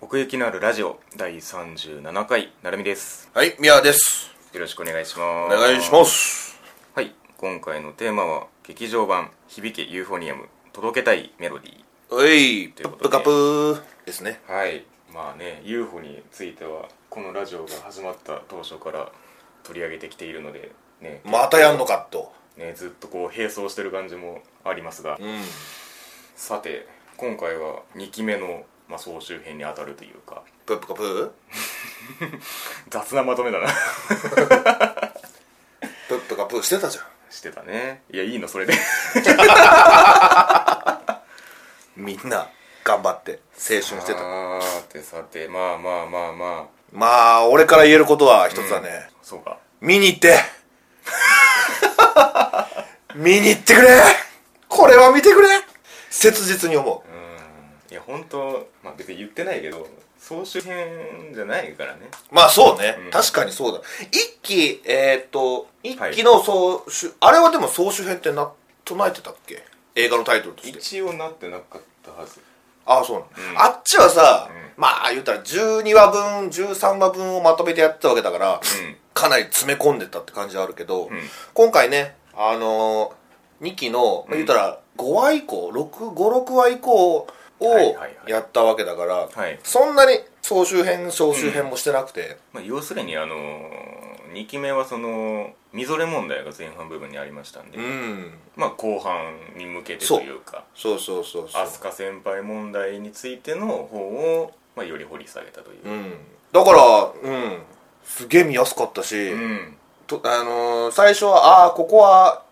奥行きのあるラジオ第37回なるみですはい、ミヤです。よろしくお願いしまおす願いします。はい今回のテーマは劇場版響けユーフォニアム届けたいメロディーおい、といプうことッでプカプーですね。はいまあね UFO についてはこのラジオが始まった当初から取り上げてきているのでね,、またやんのかと。ねずっとこう並走してる感じもありますが、うん。さて今回は2期目の、まあ、総集編に当たるというかプップカプ雑なまとめだな ープップカプーしてたじゃん。してたねいやいいのそれでみんな、頑張って、青春してた。あーてさてまあまあまあまあまあ、俺から言えることは一つだね。そうか見に行って 見に行ってくれこれは見てくれ切実に思う。うんいや本当まあ別に言ってないけど総集編じゃないからねまあそうね、うん確かにそうだ。一期、えー、っと、一期の総集、あれはでも総集編ってな、唱えてたっけ映画のタイトルとして。一応なってなかったはずああそうなの、うんあっちはさ、うまあ言ったら12話分13話分をまとめてやってたわけだから、うんかなり詰め込んでったって感じはあるけど、ん今回ねあのー、2期の、まあ、言ったら5話以降56話以降はいはいをはいやったわけだから、はいそんなに総集編総集編もしてなくて、まあ、要するにあのー、2期目はそのみぞれ問題が前半部分にありましたんで、うん、まあ後半に向けてというかそうそうそうそう飛鳥先輩問題についての方を、まあ、より掘り下げたというう、んだからうんすげえ見やすかったし、うんとあのー最初はああーここは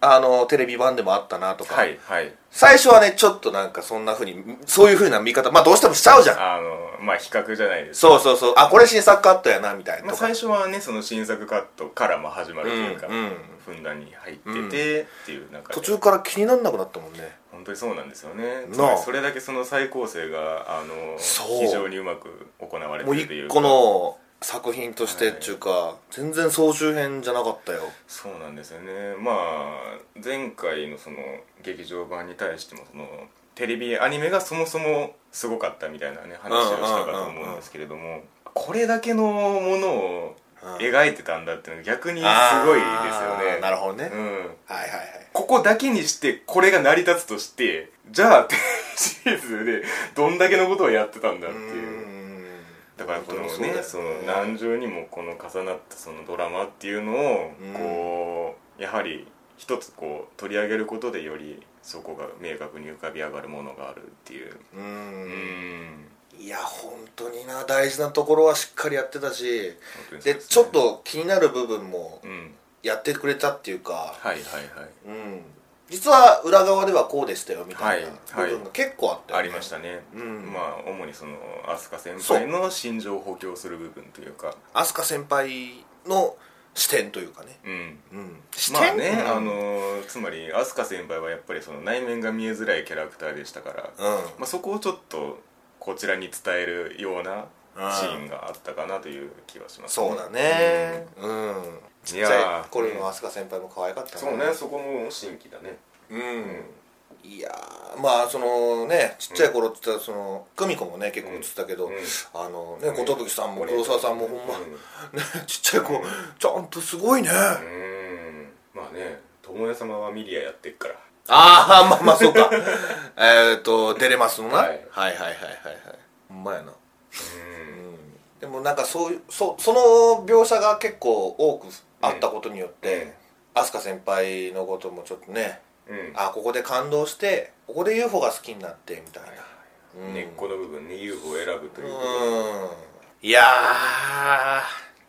あのーテレビ版でもあったなとか、はいはい最初はねちょっとなんかそんなふうにそういうふうな見方まあどうしてもしちゃうじゃんあのーまあ比較じゃないですそうそうそうあこれ新作カットやなみたいなまあ、とか、最初はねその新作カットからも始まるというか、うんうんふんだんに入っててっていう中で途中から気になんなくなったもんね本当にそうなんですよねなあつまりそれだけその再構成があのそう非常にうまく行われもてうるってい一う個かの作品としてっていうか、全然総集編じゃなかったよそうなんですよねまあ前回のその劇場版に対してもそのテレビアニメがそもそもすごかったみたいなね話をしたかと思うんですけれどもこれだけのものを描いてたんだっていうのが逆にすごいですよあねーなるほどね、うんはいはいはいここだけにしてこれが成り立つとしてじゃあシリーズでどんだけのことをやってたんだってういうーんだからこのね本当そにそうだよねの何重にもこの重なったそのドラマっていうのをうんこう、やはり一つこう取り上げることでよりそこが明確に浮かび上がるものがあるっていううーうんんいや本当にな大事なところはしっかりやってたし本当にそうでねすちょっと気になる部分もうんやってくれたっていうか、はいはいはいうん、実は裏側ではこうでしたよみたいなはい部分が結構あったよあねりましたね、うんまあ主にその飛鳥先輩の心情を補強する部分というか飛鳥先輩の視点というかね、うんうん、視まあね、うんあのーつまり飛鳥先輩はやっぱりその内面が見えづらいキャラクターでしたから、まあ、そこをちょっとこちらに伝えるようなシーンがあったかなという気がしうん、ます、そうだねうん、いちっちゃやいー頃の飛鳥先輩も可愛かったそうねそこも新規だねうんいやーまあそのねちっちゃい頃って言ったらその久美子もね結構映ってたけど、うんうんあのねね寿さんも黒沢さんもほんま、うんねちっちゃい子、ちゃんとすごいね、うんまあね友枝様はミリアやってっからああまあまあそう かえっとデレマスのな、ははいい、はいはいはいはいほんまやうなんでもなんかそういうそその描写が結構多くあったことによって、飛鳥先輩のこともちょっとねうんあここで感動してここで UFO が好きになってみたいな、うん根っこの部分に UFO を選ぶということでうんいやー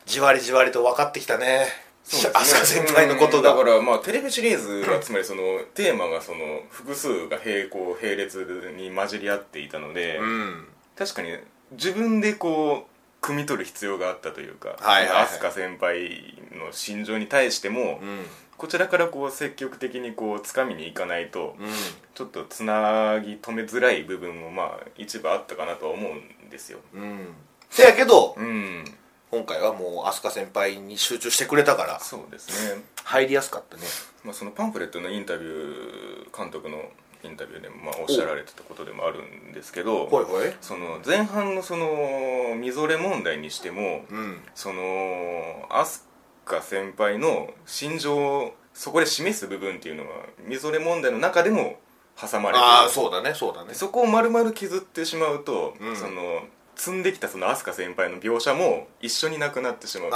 じわりじわりと分かってきたね飛そう鳥、ですね先輩のことがうんだからまあテレビシリーズがつまりそのテーマがその複数が並行並列に混じり合っていたので、うん確かに自分でこう汲み取る必要があったというか、はいはいはい飛鳥先輩の心情に対しても、うんこちらからこう積極的にこう掴みに行かないと、うんちょっとつなぎ止めづらい部分もまあ一部あったかなとは思うんですよ。うんせやけど、うん、今回はもう飛鳥先輩に集中してくれたからそうですね。入りやすかったねまあ、そのパンフレットのインタビュー監督のインタビューでもまあおっしゃられてたことでもあるんですけどほいほいその前半のそのみぞれ問題にしてもうんそのアスカ先輩の心情をそこで示す部分っていうのはみぞれ問題の中でも挟まれてるああそうだねそうだねでそこを丸々削ってしまうと、うんその積んできたその飛鳥先輩の描写も一緒になくなってしまう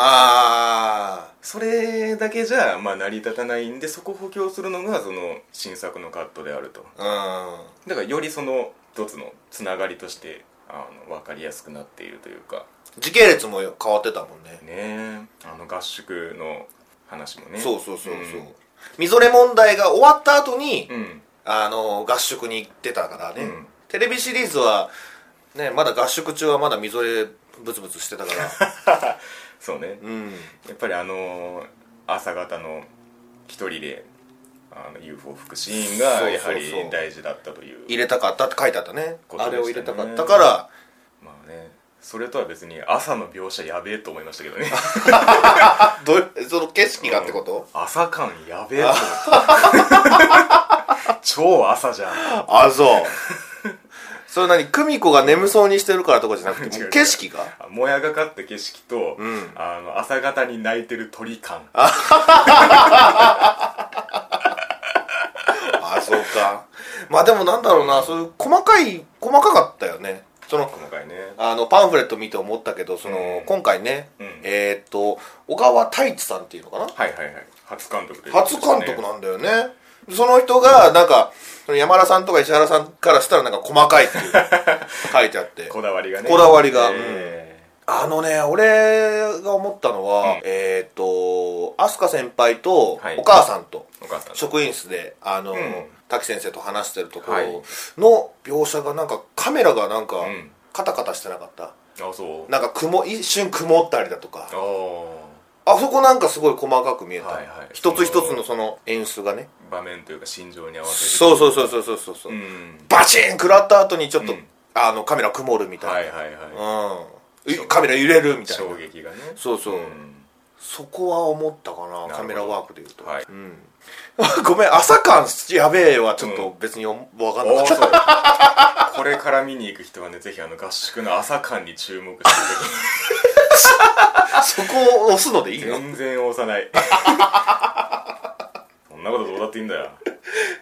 あそれだけじゃ、まあ、成り立たないんでそこを補強するのがその新作のカットであるとあうんだからよりその一つのつながりとしてあの分かりやすくなっているというか時系列も変わってたもんねねえあの合宿の話もねそうそうそうそう、んみぞれ問題が終わった後に、うんあの合宿に行ってたからね、うんテレビシリーズはねまだ合宿中はまだみぞれブツブツしてたから そうねうんやっぱりあの朝方の一人であの UFO 吹くシーンがやはりそうそうそう大事だったという入れたかったって書いてあったねことあでしたねれを入れたかったからまあねそれとは別に朝の描写やべえと思いましたけどねあどうその景色がってこと、朝感やべえと思った 超朝じゃんあそう それ何久美子が眠そうにしてるからとかじゃなくても違う違うう景色があもやがかった景色と、んあの朝方に泣いてる鳥感あそうか まあでもなんだろうなそういう細かい細かかったよねその細かいねあのパンフレット見て思ったけどその、うん今回ね、うんえーっと小川太一さんっていうのかな、はいはいはい初監督ということ初ですね監督なんだよねその人がなんかその山田さんとか石原さんからしたらなんか細かいっていう書いてあって こだわりがねこだわりがえあのね俺が思ったのは、うんえーっと飛鳥先輩とはいお母さんとーよかった職員室であの、ん滝先生と話してるとこはろいの描写がなんかカメラがなんかんカタカタしてなかった、あそうなんか雲一瞬曇ったりだとかあああそこなんかすごい細かく見えた、はいはい一つ一つのその演出がね場面というか心情に合わせてそうそうそうそうそうそうそう、うんバチン食らった後にちょっと、うんあのカメラ曇るみたはいいはいはい、な、うんいカメラ揺れるみたいな衝撃がねそうそう、んそこは思ったかどなカメラワークでいうと、はいうん ごめん朝感やべえはちょっと別に分かんおなかーった、そうこれから見に行く人はねぜひあの合宿の朝感に注目してそこを押すのでいいくのれ全然押さないそんなことどうだっていいんだよ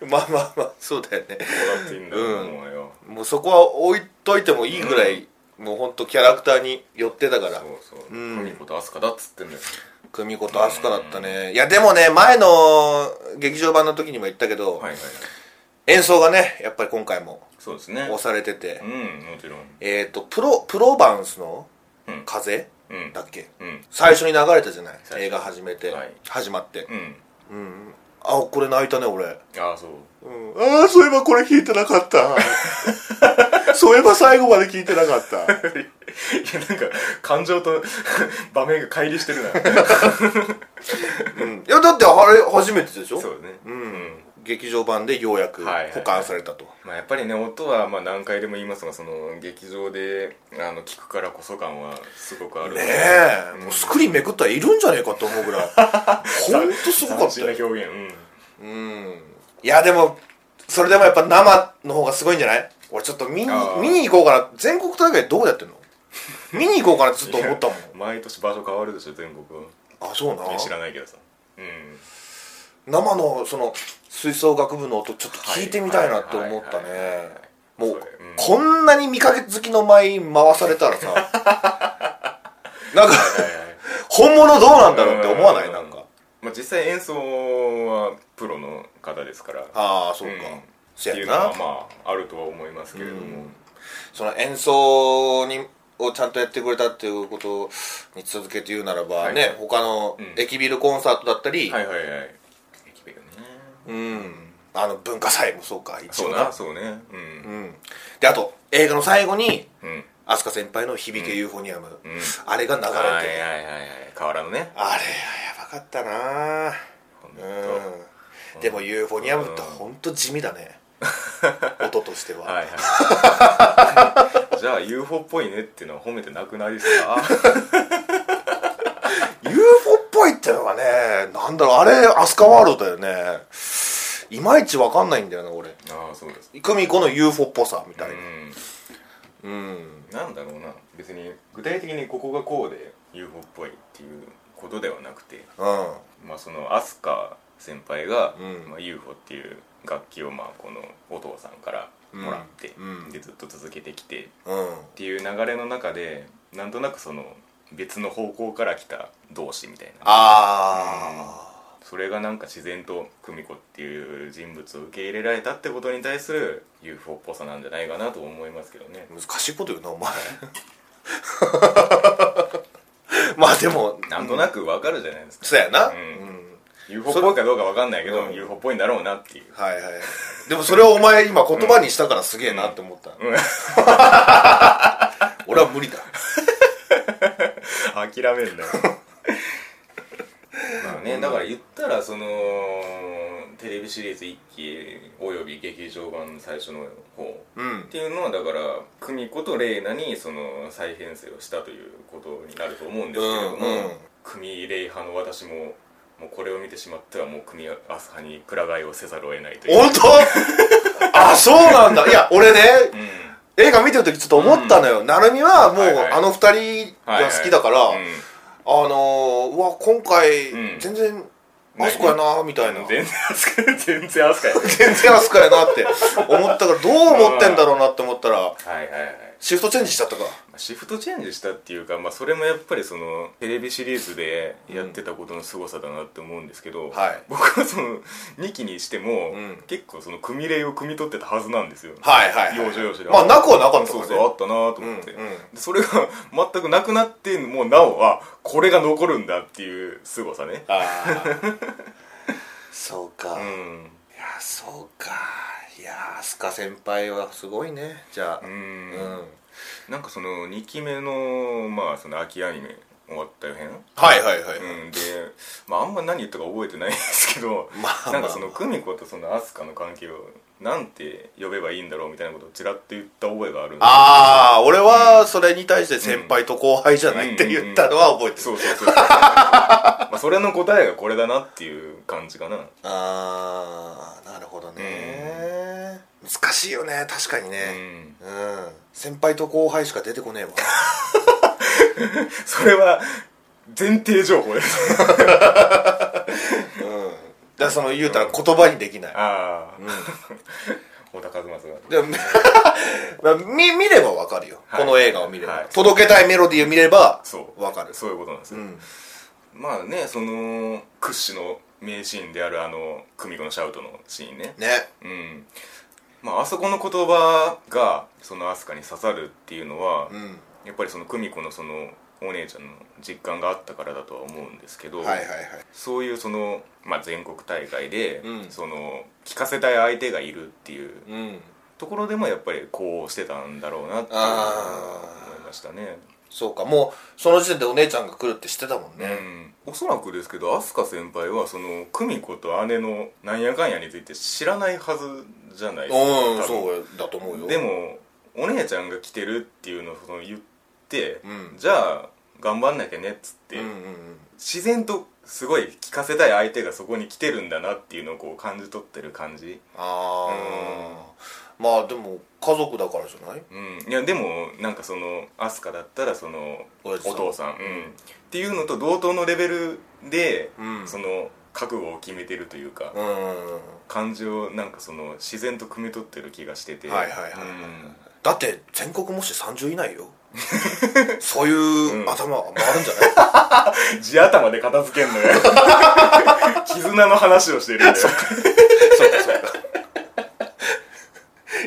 ど まあまあまあそうだようねだっていいんだよ、うんもうよもうそこは置いといてもいいぐらい、もうほんとキャラクターに寄ってたからそうそううん久美子と飛鳥だっつってんだよ久美子と飛鳥だったね、いやでもね前の劇場版の時にも言ったけど、はいはいはい演奏がねやっぱり今回もそうですね押されてて、うんもちろんえっ、とプロプロバンスのうん風、うんだっけうん最初に流れたじゃない最初映画始めて、はい始まってうんあこれ泣いたね俺、ああそうああそういえばこれ聞いてなかった そういえば最後まで聞いてなかったいやなんか感情と 場面が乖離してるな うんいやだってあれ初めてでしょそうだねうん劇場版でようやくはいはい保管されたと、まあ、やっぱりね音はまあ何回でも言いますがその劇場であの聞くからこそ感はすごくあるねえ、もうスクリーンめくったらいるんじゃねえかと思うぐら いほんとすご斬かった新なよ表現うんうんいやでもそれでもやっぱ生の方がすごいんじゃない俺ちょっと見にあー見に行こうかな全国大会どこやってんの見に行こうかなってずっと 思ったもん毎年場所変わるでしょ全国あそうな知らないけどさうん生のその吹奏楽部の音ちょっと聞いてみたいなって思ったはいはいはいはいねもう、それうんこんなに見かけ好きの舞い回された らさなんか本物どうなんだろうって思わないなんかまあ実際演奏はプロの方ですからっああそうか、うんせてやいなうのはまああるとは思いますけれどもその演奏にをちゃんとやってくれたっていうことに続けて言うならば、はいね他のうん駅ビルコンサートだったり、はいはいはい駅弁ねうん、あの文化祭もそうか一そ応うななそうねううんん、であと映画の最後にうん飛鳥先輩の「響けユーフォニアム」うんあれが流れて、はいはいはいはい河原のねあれはやばかったなほんとうんでもユーフォニアムってほんと地味だ ね音としては、はいはい じゃあ UFO っぽいねっていうのは褒めてなくないです か UFO っぽいってのがねなんだろうあれアスカワールドだよねいまいちわかんないんだよな俺ああそうです久美子の UFO っぽさみたいなうんうん、なんだろうな別に具体的にここがこうで UFO っぽいっていうことではなくてうんまあその飛鳥先輩が、うんまあ、UFO っていう楽器をまあこのお父さんからもらって、うんうんでずっと続けてきてっうんていう流れの中でなんとなくその別の方向から来た同志みたいなあそれがなんか自然と久美子っていう人物を受け入れられたってことに対する UFO っぽさなんじゃないかなと思いますけどねー難しいこと言うなお前 まあでもなんとなくわかるじゃないですか、そうやな、ううんん UFO っぽいかどうかわかんないけど、うん UFO っぽいんだろうなっていうはいはいでもそれをお前今言葉にしたからすげえなって思っうた、ん 俺は無理だ諦めんだよまあねだから言ったらそのテレビシリーズ1期および劇場版最初の方うんっていうのはだから久美子と玲奈にその再編成をしたということになると思うんですけれども、うんうん久美玲派の私ももうこれを見てしまってはもう久美明日派にくら替えをせざるを得ないという、本当 あそうなんだいや俺ねうん映画見てる時ちょっと思ったのよ、成美はもはう、いはいあの二人が好きだから、はいはいあのー、うわ今回、うん全然あそこやなみたいなうん全然扱い全然扱い全然あそこやなって思ったからどう思ってんだろうなって思ったらはいはいはいシフトチェンジしちゃったかシフトチェンジしたっていうか、まあ、それもやっぱりそのテレビシリーズでやってたことの凄さだなって思うんですけど、はい僕はその2期にしても、うん結構その組例を汲み取ってたはずなんですよはいはい、はい、要所要所でまあなくはなかったかそうらねそうあったなと思って、うんうんでそれが全くなくなってもうなおはこれが残るんだっていう凄さねあー そうか、ういんやそうかいや飛鳥先輩はすごいねじゃあう、うんんなんかその2期目のまあその秋アニメ終わった編、はいはいはい、うん、で、まあ、あんま何言ったか覚えてないんですけど、 まあなんかその久美子とその飛鳥の関係をなんて呼べばいいんだろうみたいなことをちらっと言った覚えがあるんでああ俺はそれに対して先輩と後輩じゃないって言ったのは覚えてる、そうそうそうそう まあそれの答えがこれだなっていう感じかなああなるほどね、難しいよね確かにうねんうん、先輩と後輩しか出てこねえ わそれは前提情報です うんだからその言うたら言葉にできない、ああ、小田和正がでも 見見ればわかるよ、はいこの映画を見れば、はい届けたいメロディーを見ればそうわかるそういうことなんですうよ、んまあねその屈指の名シーンであるあの久美子のシャウトのシーンねねうんまああそこの言葉がその飛鳥に刺さるっていうのは、うんやっぱりその久美子のそのお姉ちゃんの実感があったからだとは思うんですけど、はいはいはいそういうその、まあ、全国大会で、うんその聞かせたい相手がいるっていううんところでもやっぱりこうしてたんだろうなっていうのあーは思いましたね。そうかもうその時点でお姉ちゃんが来るって知ってたもんうね、ん、おそらくですけど飛鳥先輩はその久美子と姉のなんやかんやについて知らないはずじゃないですう多ん、分そうだと思うよ。で、もお姉ちゃんが来てるっていうのをその言って、うんじゃあ頑張んなきゃねっつって、うんうんうん。自然とすごい聞かせたい相手がそこに来てるんだなっていうのをこう感じ取ってる感じああ、まあでも家族だからじゃない？うんいやでもなんかその飛鳥だったらそのおやじさん父さん、うん、っていうのと同等のレベルで、うんその覚悟を決めてるというか、うん。感じをなんかその自然と汲み取ってる気がしててはいはいはいはういんだって全国もし30以内 よ。そういううん頭が回るんじゃない？地頭で片付けんのよ 絆の話をしてるんだよそうかそうか。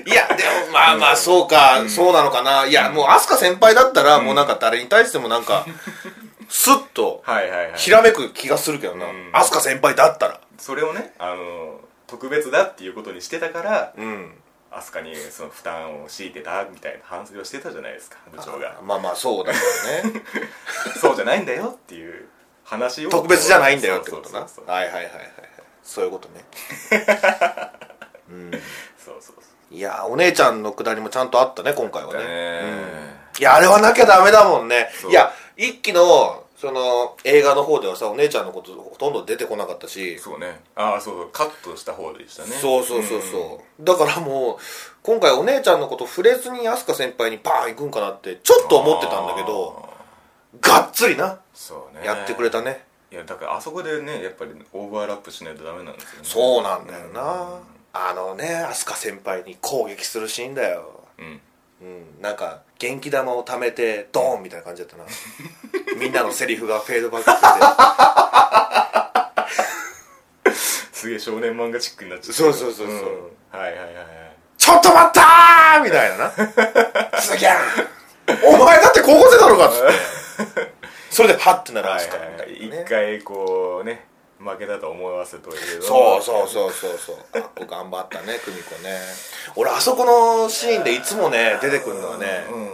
いやでもまあまあそうか、そうなのかな。いやもう飛鳥先輩だったら、もうなんか誰に対してもなん かスッとはいはいはいひらめく気がするけどな。うん飛鳥先輩だったら。それをねあの特別だっていうことにしてたからうん。飛鳥にその負担を強いてたみたいな反省をしてたじゃないですか部長がまあまあ そうだけどね。そうじゃないんだよっていう話を特別じゃないんだよってことなそうそうはいはいはいはいはいそういうこと ねそうそうそうそういやーお姉ちゃんのくだりもちゃんとあったね今回はねだねうんいやあれはなきゃダメだもんねそういや一期のその映画の方ではさお姉ちゃんのことほとんど出てこなかったしそうねああそうそうカットした方でしたねそうそうそうそう、だからもう今回お姉ちゃんのこと触れずに飛鳥先輩にバーン行くんかなってちょっと思ってたんだけどあーがっつりなそうねやってくれたね、いやだからあそこでねやっぱりオーバーラップしないとダメなんですよねそうなんだよな、うんあのね飛鳥先輩に攻撃するシーンだようんうんなんか元気玉を貯めてドーンみたいな感じだっ たなみんなのセリフがフェードバックしすげえ少年漫画チックになっちゃったそうそうそうそうんはいはいはいはいて「ちょっと待ったー!」みたいなな「すげえお前だって高校生だろうか」っつってそれでハッてならは飛い鳥はいはみたいいな、ね一回こうね負けたと思わせといてそうそうそうそうそうあ頑張ったね久美子ね俺あそこのシーンでいつもね出てくるのはねうん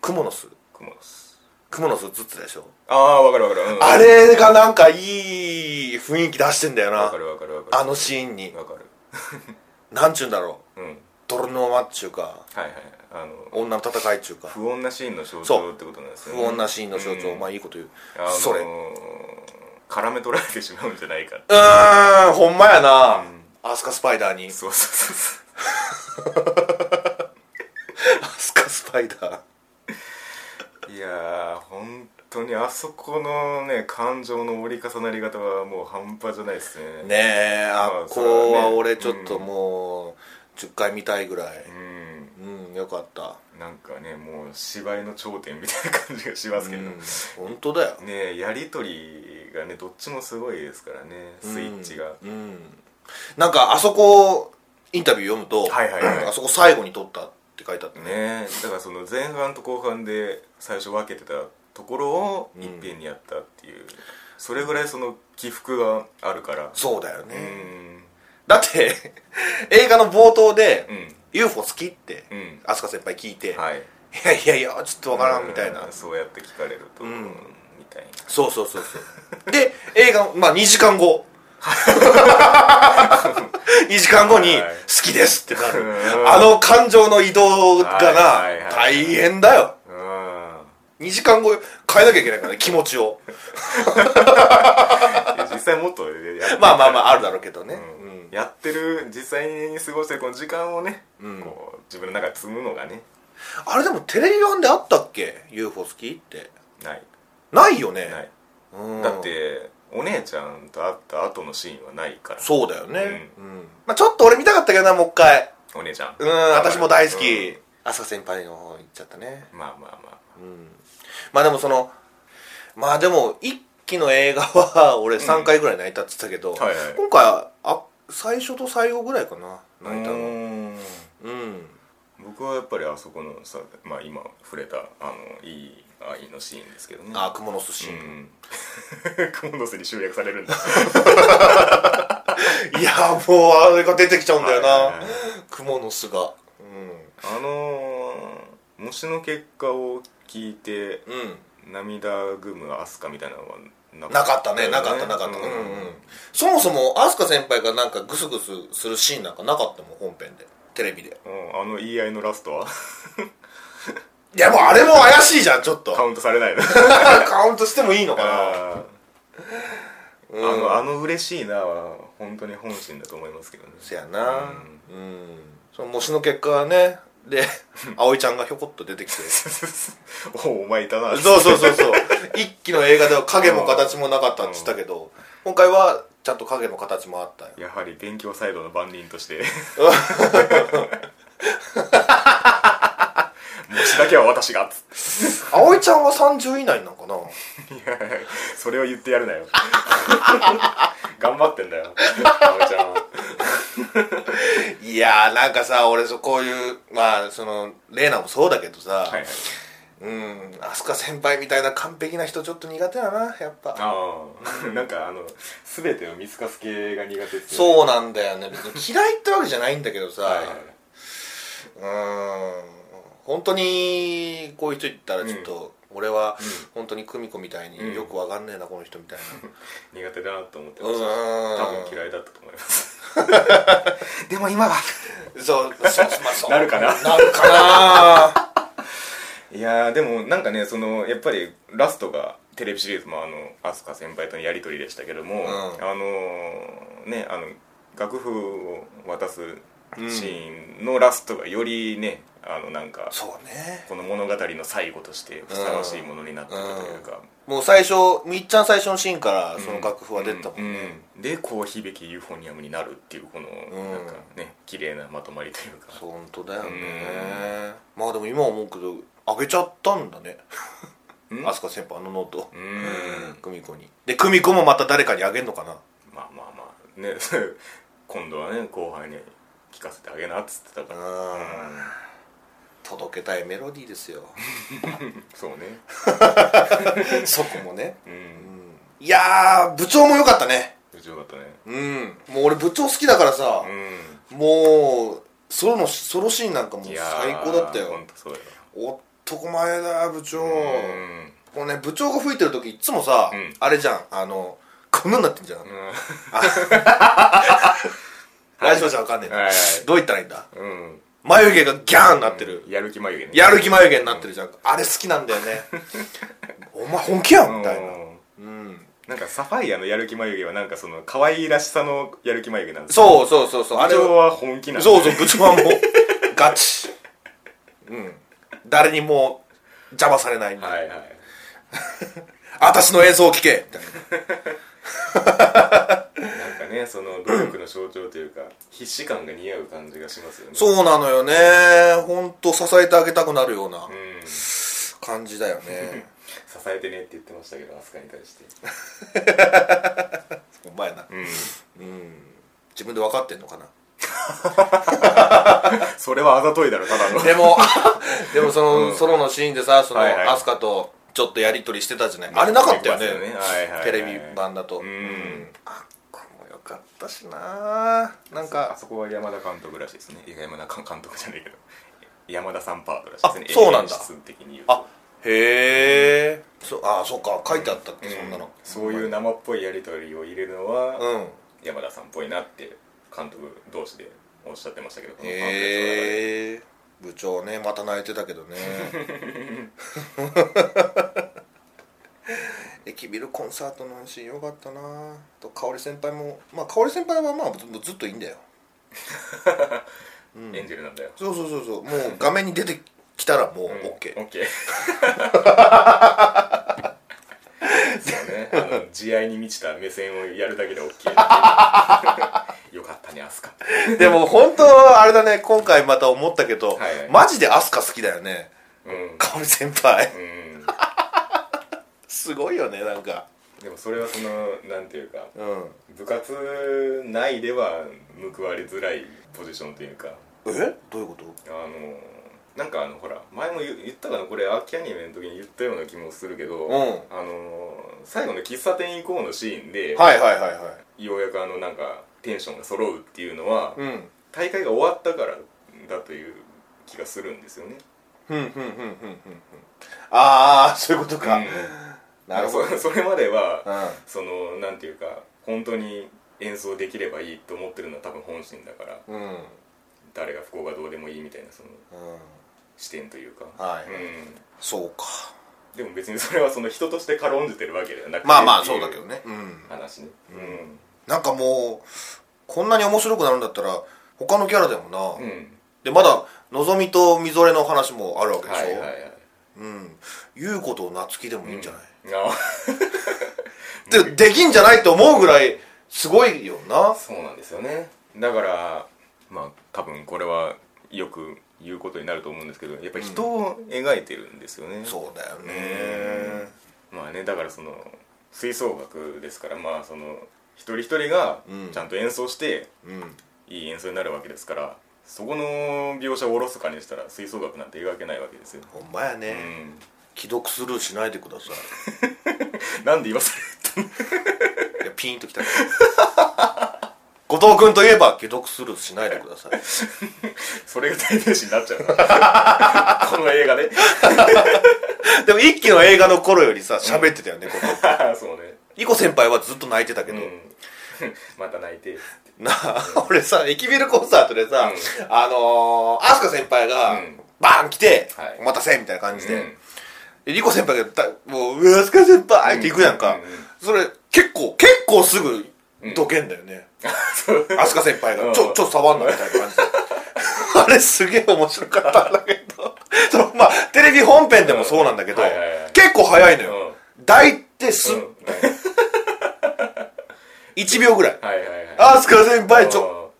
クモの巣クモの巣クモの巣映ってたでしょああわかるわかる、うんあれがなんかいい雰囲気出してんだよわなかるわかるわかるあのシーンにわかるなんちゅうんだろううん泥の間っちゅうかはいはいあの女の戦いっちゅうか不穏なシーンの象そ徴ってことなんですよ不ね穏なシーンの象徴、うんまあいいこと言うあのーそれう絡め取られてしまうんじゃないかってーんほんまやな、アスカスパイダーにそうそうそうそうアスカスパイダーいやー本当にあそこのね感情の折り重なり方はもう半端じゃないですねねえあまあっこは俺ちそょれはねっともう10回見たいぐらいうんうん、よかったなんかねもう芝居の頂点みたいな感じがしますうけど、ん本当だよねやりとりがねどっちもすごいですからねスイッチが、うん、うんなんかあそこインタビュー読むと、はいはいはいあそこ最後に撮ったって書いてあってねねだからその前半と後半で最初分けてたところをいっぺんにやったっていう、それぐらいその起伏があるからそうだようね、んだって 映画の冒頭で、うん UFO 好きって、うん飛鳥先輩聞いて、はいいやいやいやちょっとわからんみたいな、うんそうやって聞かれると、んみたいなそうそうそうそう で映画まあ2時間後2時間後にはい「好きです」ってなる、うんあの感情の移動がな、はいはいはい大変だようん2時間後変えなきゃいけないからね気持ちをいや実際もっとやってるから まあまあまああるだろうけどね、ううんんやってる実際に過ごしてるこの時間をね、うんこう自分の中で積むのがねあれでもテレビ版であったっけ UFO 好きってないないよねない、うんだってお姉ちゃんと会った後のシーンはないからそうだよね、うんまあ、ちょっと俺見たかったけどなもう一回お姉ちゃんうん私も大好き、うん朝先輩の方行っちゃったねまあまあまあまあでもそのまあでも一期の映画は 俺3回ぐらい泣いたって言ったけど、はいはい今回あ最初と最後ぐらいかな泣いたうのーんうん僕はやっぱりあそこのさ、まあ、今触れたあのいい愛のシーンですけどねあクモの巣シうーン、 ん雲の巣に集約されるんだいやもうあれが出てきちゃうんだよはいはいはいなクモの巣があのー、模試の結果を聞いてうん、うん涙ぐむアスカみたいなのはななかったねよなかったなかった、ううんんうんそもそも飛鳥先輩がなんかグスグスするシーンなんかなかったもん本編でテレビでうんあの言い合いのラストは いやもうあれも怪しいじゃんちょ っとカウントされないの カウントしてもいいのかなあーあの「あの嬉しいな」は本当に本心だと思いますけ どねせやなうん、その模試の結果はねで葵ちゃんがひょこっと出てきておおお前いたな そうそうそうそう一期の映画では影も形もなかったって言ったけど、今回はちゃんと影も形もあったよやはり勉強サイドの番人として 模試だけは私がっつって葵ちゃんは30以内なんかないやそれを言ってやる なよ頑張ってんだよあおちゃんいやーなんかさ俺そうこういうまあその玲奈もそうだけどさ、はいはいうん飛鳥先輩みたいな完璧な人ちょっと苦手だなやっぱああ なんかあの全てを見透かす系が苦手ですよねそうなんだよね別に嫌いってわけじゃないんだけどさ、はいはいうーん本当にこういう人いったらちょっと、俺は本当に久美子みたいにうんよくわかんねえな、この人みたい 苦手だなと思ってなまうしたー多ん分嫌いだったと思います でも今はそうそうまあそ うなるかななるかいやーでもなんかねそのやっぱりラストがテレビシリーズもあの飛鳥先輩とのやり取りでしたけども、んあのねあの楽譜を渡すシーンのラストがよりねあのなんかそうねこの物語の最後としてふさわしいものになってるというか、もう最初みっちゃん最初のシーンからその楽譜は出てたもんね、うんでこう響きユーフォニアムになるっていうこのんなんかね綺麗なまとまりというかそう本当だよね、まあでも今思うけどあげちゃったんだねうん飛鳥先輩あのノートうん久美子にで久美子もまた誰かにあげんのかなまあまあまあね 今度はね後輩に聞かせてあげなっつってたからうん届けたいメロディーですよそうねそこもねうんいやー部長も良かったね不調だったねうんもう俺部長好きだからさ、うもうソロのソロシーンなんかもんういいや最高だったよ本当そうだよ男前だよ部長、うんもうね部長が吹いてる時いつもさ、うんあれじゃんあのこんなんなってんじゃん、うん ラジオじゃわかんねえな、はいはいどう言ったらいいんだうん眉毛がギャーンなってる、やる気眉毛ねやる気眉毛になってるじゃん、あれ好きなんだ よねお前本気やんみたいうなんうんなんかサファイアのやる気眉毛はなんかその可愛らしさのやる気眉毛なんですよそうそうそうそうあ部れ長はは本気なんだそうそう部長はもうガチうん誰にも邪魔されないみたいなはいはい私の演奏を聴けみたいななんかねその努力の象徴というか必死感が似合う感じがしますよねそうなのよね本当支えてあげたくなるようなうん支感じだよねえてねって言ってましたけど飛鳥に対してお前なうんうん自分で分かってんのかな それはあざといだろた だのでも でもその、うんソロのシーンでさその、はいはいアスカとちょっとやり取りしてたじゃないあれなかったよねありますよねはいはいはいテレビ版だとうんあこれもよかったしななんあかそこは山田監督らしいですねいや山田監督じゃないけど山田さんパートらしいですねあそうなんだ演出的に言うとあへえそあそっか書いてあったっけ、そんなのそういう生っぽいやり取りを入れるのは、うん山田さんっぽいなって監督同士でおっしゃってましたけどこのパンフレットの中でへえ部長ねまた泣いてたけど ね駅ビルコンサートのシーンよかったなと香織先輩もまあ香織先輩はまあずずっといいんだよエンジェルなんだよそうそうそうそうもう画面に出てきたらもううん OK、オッケーそうねあの慈愛に満ちた目線をやるだけで OK よかったねアスカ でも本当あれだね今回また思ったけど、はいはいマジでアスカ好きだよねうん、う香織先輩ん、すごいよねなんかでもそれはそのなんていうかうん部活内では報われづらいポジションというかえどういうことあのなんかあのほら前も言言ったかなこれ秋アニメの時に言ったような気もするけど、うんあの最後の喫茶店行こうのシーンで、はいはいはいはいようやくあのなんかテンションが揃うっていうのは、うん大会が終わったからだという気がするんですよねふんふんふんふんふんふんああそういうことか、うんなるほど、うん、そ それまでは、そのなんていうか本当に演奏できればいいと思ってるのは多分本心だからうんうん誰が不幸がどうでもいいみたいなその視点というか、はういん、そうかでも別にそれはその人として軽んじてるわけではなくてまあまあっていそうだけどねうん話ねなんかもうこんなに面白くなるんだったら他のキャラでもな、うん、うん、でまだのぞみとみぞれの話もあるわけでしょ、はいはいはいうん優子と夏希でもいいんじゃない、あでできんじゃないと思うぐらいすごいよなそうなんですよねだからまあ多分これはよく言うことになると思うんですけどやっぱり人を描いてるんですよね、そうだよねねまあねだからその吹奏楽ですからまあその一人一人がうんちゃんと演奏してうんいい演奏になるわけですから、そこの描写をおろそかにしたら吹奏楽なんて描けないわけですよ、ほんまやね、う既読スルーしないでくださいん、なんで言わされいやピーンときた後藤君といえば既読スルーしないでください それが代名詞になっちゃうな この映画ねでも一期の映画の頃よりさ喋ってたよね、このそうねイコ先輩はずっと泣いてたけうど、んまた泣いてな あ俺さ駅ビルコンサートでさ、うあのー、アスカ先輩が、うんバーン来て、はいお待たせみたいな感じで、うんえリコ先輩がだもう「うわ飛鳥先輩!」って行くやんか、うんうんうんそれ結構結構すぐどけんだ よね、そう飛鳥先輩うが「んちょちょっと触んな」みたいな感じ であれすげえ面白かったんだけど そのまあテレビ本編でもそうなんだけど、うんはいはいはい結構早いのよ、抱いてす、うん1秒ぐらいはいはいはい「あ飛鳥先輩ちょ」ょ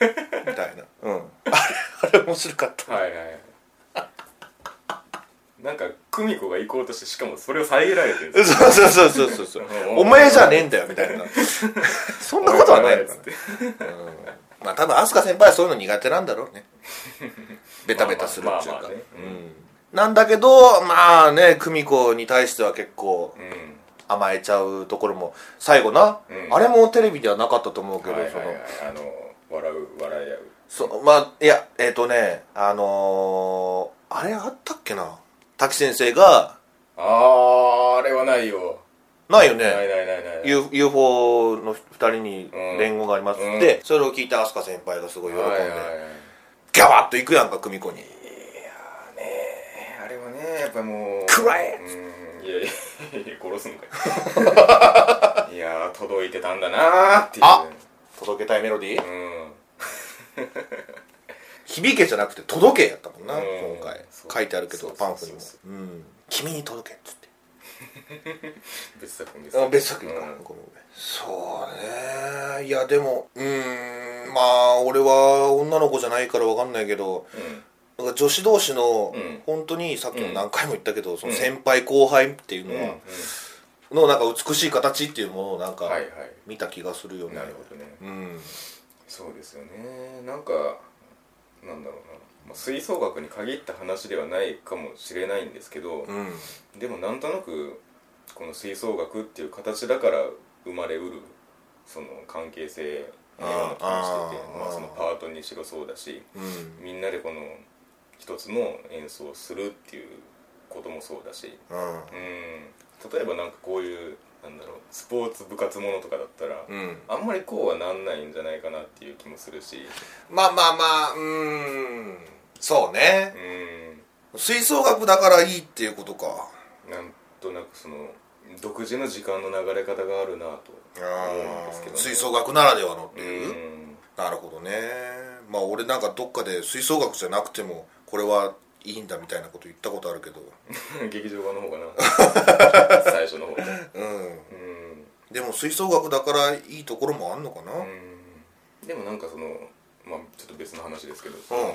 みたいな、うん、あれあれ面白かったはいはいなんか久美子が行こうとしてしかもそれを遮られてるそうそうそうそうそ うそううんお前じゃねえんだよみたいなそんなことはないのかつなってまあ多分飛鳥先輩はそういうの苦手なんだろうねベタベタするっていうまあまあまかあねうんなんだけどまあね久美子に対しては結構うん甘えちゃうところも最後な、うんあれもテレビではなかったと思うけど、はいはいはいあの笑う笑い合うそのそまあいやえっ、とねあのーあれあったっけな滝先生があーあれはないよないよね、ないないないない U- UFO の2人にうん伝言がありますって、うそれを聞いた飛鳥先輩がすごい喜んで、はいはいはいギャバッと行くやんか久美子にあれはねやっぱもう食らえうんいやいやいや殺すのか よいやー届いてたんだなーっていうあ届けたいメロディー、うん響けじゃなくて届けやったもんな、うん今回そう書いてあるけそどうパンフにもそううん君に届けっつって別作品ですあ別作にか、うんごめんごめんそうねいやでもうーんまあ俺は女の子じゃないからわかんないけどなんか女子同士の、うん本当にさっきも何回も言ったけど、そのうん先輩後輩っていううんのは、うのなんか美しい形っていうものをなんか、んはいは見た気がするよいねなるほどねうんそうですよねなんかなんだろうなまあ吹奏楽に限った話ではないかもしれないんですけどうんでもなんとなくこの吹奏楽っていう形だから生まれうるその関係性のような気がしててあーまああ、ーそのパートにしろそうだしうんみんなでこの一つの演奏をするっていうこともそうだしうんうん例えばなんかこういうなんだろうスポーツ部活ものとかだったら、うんあんまりこうはなんないんじゃないかなっていう気もするしまあまあまあうーんそうねうん吹奏楽だからいいっていうことかなんとなくその独自の時間の流れ方があるなと思うんですけど、ね、吹奏楽ならではのってういう、んなるほどねまあ俺なんかどっかで吹奏楽じゃなくてもこれはいいんだみたいなこと言ったことあるけど 劇場版の方か な最初の方ねうんうんでも吹奏楽だからいいところもあんのかな、うんでもなんかそのまあちょっと別の話ですけど、その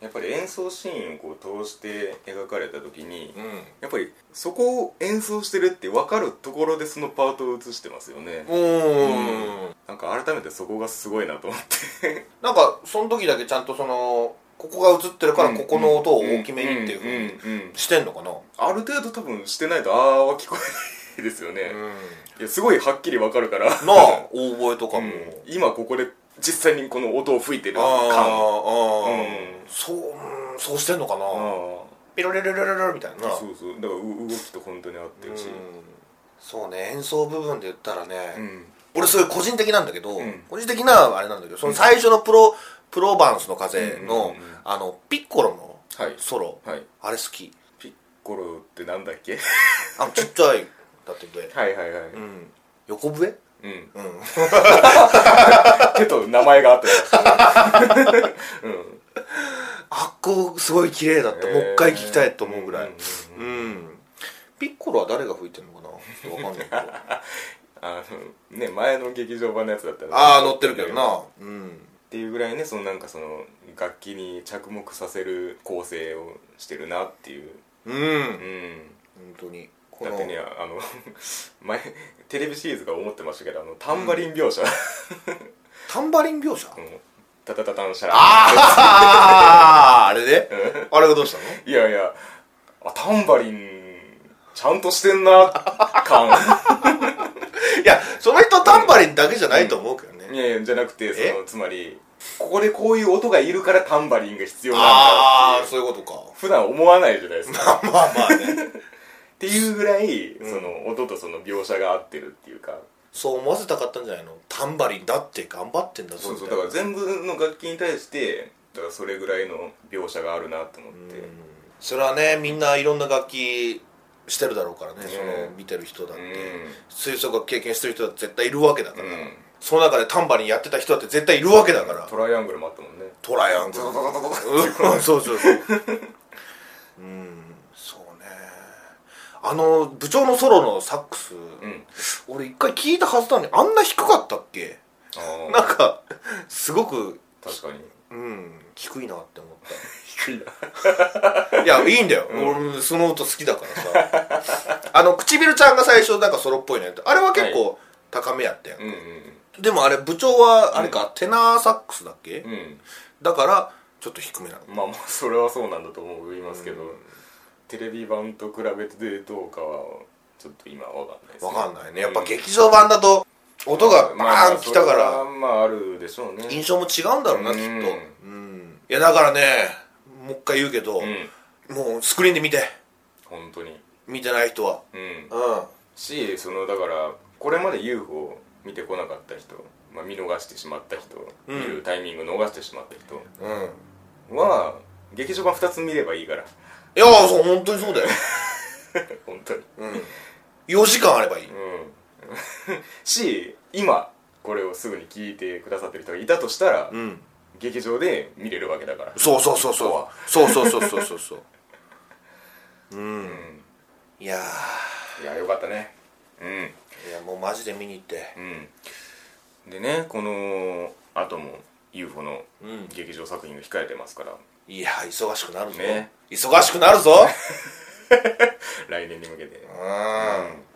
やっぱり演奏シーンをこう通して描かれた時に、うんやっぱりそこを演奏してるって分かるところでそのパートを映してますよねうーんなんか改めてそこがすごいなと思ってなんかその時だけちゃんとそのここが映ってるからうんここの音を大きめにっていうふうにふうんうんうんしてんのかなある程度多分してないとああは聞こえないですよね、いやすごいはっきり分かるからななあ大声とかも、今ここで実際にこの音を吹いてるああ感ああ、うんそう、うん、そうしてんのかな、ああピロレレレレレみたいななそうそうだからう動きと本当に合ってうるんしそうね演奏部分で言ったらね、うん俺それ個人的なんだけど、うん個人的なあれなんだけどその最初のプロ、プロバンスの風うの、んうんうんあのピッコロのはいソロ、はいあれ好きピッコロってなんだっけあのちっちゃいだって上、はいはいはい、ううんん、横笛 手と名前があって た、うん、あっこすごい綺麗だった、へーもう一回聞きたいと思うぐらいうんうん、ピッコロは誰が吹いてるのかなちょっとわかんないけどあのね前の劇場版のやつだったら ああ乗ってるけどなうんっていうぐらいねそのなんかその楽器に着目させる構成をしてるなっていううんう本ん当にこだのってねあの 前テレビシリーズが思ってましたけどあのタンバリン描写、 タンバリン描写あのタタタタンシャラあああれであれがどうしたのいやいやあタンバリンちゃんとしてんな 感いやその人タンバリンだけじゃないと思うけどね、いやいやじゃなくてえそのつまりここでこういう音がいるからタンバリンが必要なんあだあってそいうういうことか普段思わないじゃないですか まあまあねっていうぐらいその音とその描写が合ってるっていうか、そう思わせたかったんじゃないのタンバリンだって頑張ってんだぞそうそうみただいかなら全部の楽器に対してだからそれぐらいの描写があるなと思ってそれはねみんないろんな楽器してるだろうからね、ねその見てる人だって、うん吹奏楽経験してる人だって絶対いるわけだから、うんその中でタンバリンやってた人だって絶対いるわけだから、トライアングルもあったもんねトライアングルゾゾゾゾゾゾうんそうそうそううんそうねあの部長のソロのサックス、うん俺一回聞いたはずなのにあんな低かったっけあなんあかすごく確かにうん低いなって思っ低いなたいやいいんだよ、俺その音好きだからさあの唇ちゃんが最初なんかソロっぽいねってあれは結構高めやってん、うんうんでもあれ部長はあれか、テナーサックスだっけ、うんだからちょっと低めなのまあ まあそれはそうなんだと思いますけど、テレビ版と比べてどうかはちょっと今は分かんないです、わかんないねやっぱうん劇場版だと音がバーン来たかまあまらあそれはまああるでしょうね印象も違うんだろうなうんきっとうんいやだからねもう一回言うけどうんもうスクリーンで見て本当に見てない人はうんうしそのだからこれまで UFO 見てこなかった人、まあ、見逃してしまった人、ん見るタイミング逃してしまった人んうんは劇場版2つ見ればいいから いやーそう本当にそうだよ本当に4時間あればいいうん し今これをすぐに聞いてくださってる人がいたとしたら、うん劇場で見れるわけだからそうそうそうここそはうそうそうそうそうそうそううんいやいやよかったねうんーいやもうマジで見に行ってうんでねこの後も UFO のん劇場作品が控えてますから、いやー忙しくなるぞね忙しくなるぞ来年に向けてうん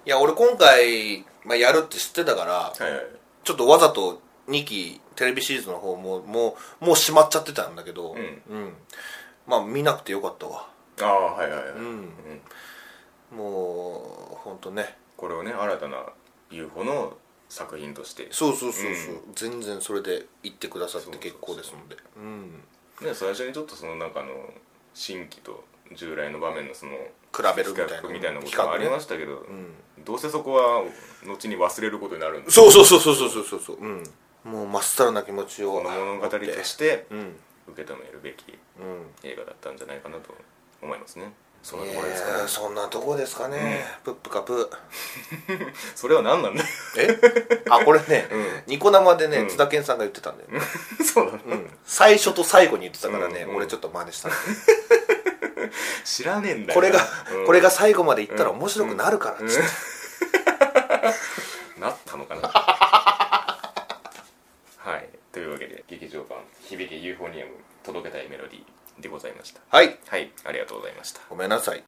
いや俺今回まあやるって知ってたからはいはいちょっとわざと2期テレビシリーズの方ももうもう閉まっちゃってたんだけど、うんんまあ見なくてよかったわああはいはいはい、うんもうほんとねこれをね新たな UFO の作品としてそうそうそうそう、全然それで言ってくださって結構ですのでうんね最初にちょっとその中の新規と従来の場面のその比べるみたいな比較みたいなことがありましたけど、どうせそこは後に忘れることになるんでそうそうそうそうそうそうそううんもうまっさらな気持ちをこの物語としてうん受け止めるべきうん映画だったんじゃないかなと思いますねそんなとえころですかねー、そんなとこですかね、プップかプーそれは何なんだよ えあこれね、ニコ生でね、津田健さんが言ってたんだよ、そうなの、最初と最後に言ってたからね、うんうん俺ちょっと真似したんだけど知らねえんだよこれが、うんこれが最後まで言ったら面白くなるからっつって、なったのかな はいというわけで劇場版「響けユーフォニアム届けたいメロディー」でございましたはいはいありがとうございましたごめんなさい